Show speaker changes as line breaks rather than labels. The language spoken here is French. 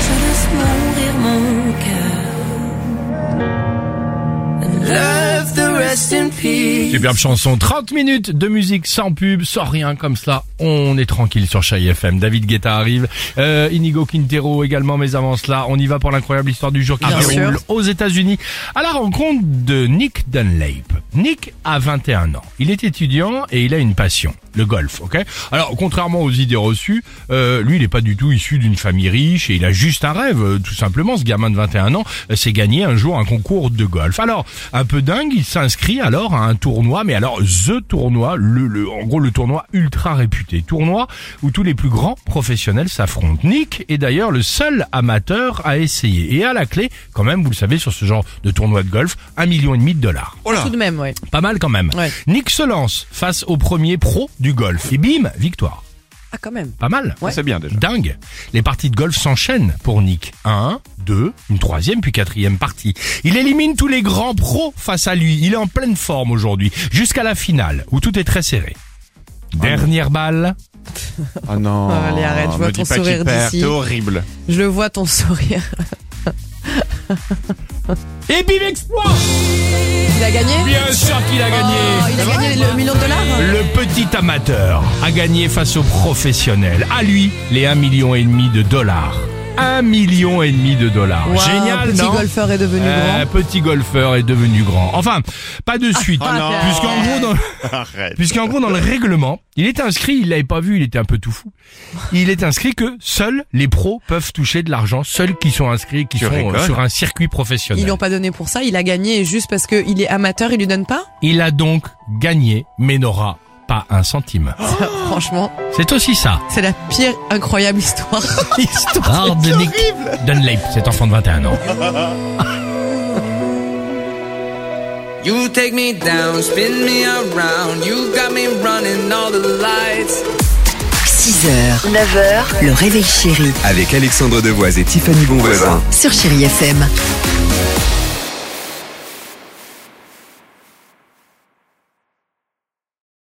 je laisse mourir mon cœur. And Love the rest in peace.
Superbe chanson, 30 minutes de musique sans pub, sans rien comme cela. On est tranquille sur Chai FM. David Guetta arrive, euh, Inigo Quintero également, mais avant cela, on y va pour l'incroyable histoire du jour qui
Ah, Bien
se
sûr.
déroule aux États-Unis à la rencontre de Nick Dunlap. Nick a 21 ans. Il est étudiant et il a une passion, le golf, ok Alors, contrairement aux idées reçues, euh, lui, il n'est pas du tout issu d'une famille riche et il a juste un rêve, euh, tout simplement. Ce gamin de 21 ans euh, s'est gagné un jour un concours de golf. Alors, un peu dingue, il s'inscrit alors à un tournoi, mais alors The Tournoi, le, le- en gros le tournoi ultra réputé. Tournoi où tous les plus grands professionnels s'affrontent. Nick est d'ailleurs le seul amateur à essayer. Et à la clé, quand même, vous le savez, sur ce genre de tournoi de golf, un million et demi de dollars.
Tout de même, ouais.
Pas mal quand même.
Ouais.
Nick se lance face au premier pro du golf. Et bim, victoire.
Ah, quand même.
Pas mal.
Ouais.
C'est bien déjà.
Dingue. Les parties de golf s'enchaînent pour Nick. Un, deux, une troisième, puis quatrième partie. Il élimine tous les grands pros face à lui. Il est en pleine forme aujourd'hui. Jusqu'à la finale, où tout est très serré. Dernière balle.
Ah non.
Ah, allez, arrête, je vois
me
ton
dis pas
sourire
qu'il
Ah,
perd,
d'ici.
C'est horrible.
Je le vois ton sourire.
Et bim, exploit
Il a gagné
Bien sûr qu'il a gagné
Oh, Il a gagné le million de dollars
Le petit amateur a gagné face au professionnel. À lui, les 1,5 million et demi de dollars. 1,5 million et demi de dollars.
Waouh,
Génial,
petit
non
golfeur est devenu
Euh, petit golfeur est devenu grand. Enfin, pas de suite.
Ah, non.
Puisqu'en gros, dans,
Arrête.
puisqu'en gros, dans le règlement, il est inscrit, il l'avait pas vu, il était un peu tout fou. Il est inscrit que seuls les pros peuvent toucher de l'argent, seuls qui sont inscrits, qui
Tu
sont euh,
rigoles
sur un circuit
grand. Ils
professionnel.
l'ont pas donné pour ça, il a gagné juste parce qu'il est amateur, il lui donne pas
Il a donc gagné, mais n'aura pas un centime.
Ça, Franchement,
C'est aussi ça.
c'est la pire incroyable histoire.
L'histoire de Nick Dunlap, cet enfant de 21 ans.
You take me down, spin me around. You got me running all the lights.
6h, 9h, le réveil chéri
Avec Alexandre Devoise et Tiffany Bonvoisin.
sur Chéri FM.